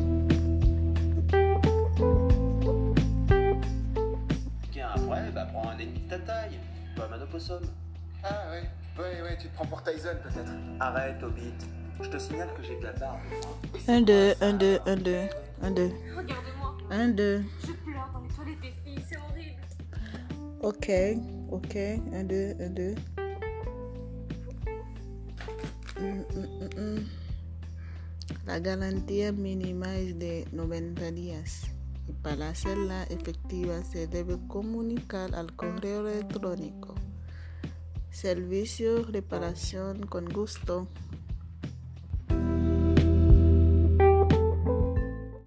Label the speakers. Speaker 1: hein. bah, Comme un opossum.
Speaker 2: Ah ouais, ouais, ouais, tu te prends pour Tyson peut-être.
Speaker 1: Arrête, Hobbit. Je te signale que j'ai de la barbe.
Speaker 3: 1, 2, 1, 2, 1, 2, 1, 2,
Speaker 4: Regarde-moi,
Speaker 3: 1, 2.
Speaker 4: je pleure dans les toilettes des filles, c'est horrible.
Speaker 3: Ok, ok, 1, 2, 1, 2. Mm, La garantía mínima es de 90 días y para hacerla efectiva se debe comunicar al correo electrónico servicio reparación con gusto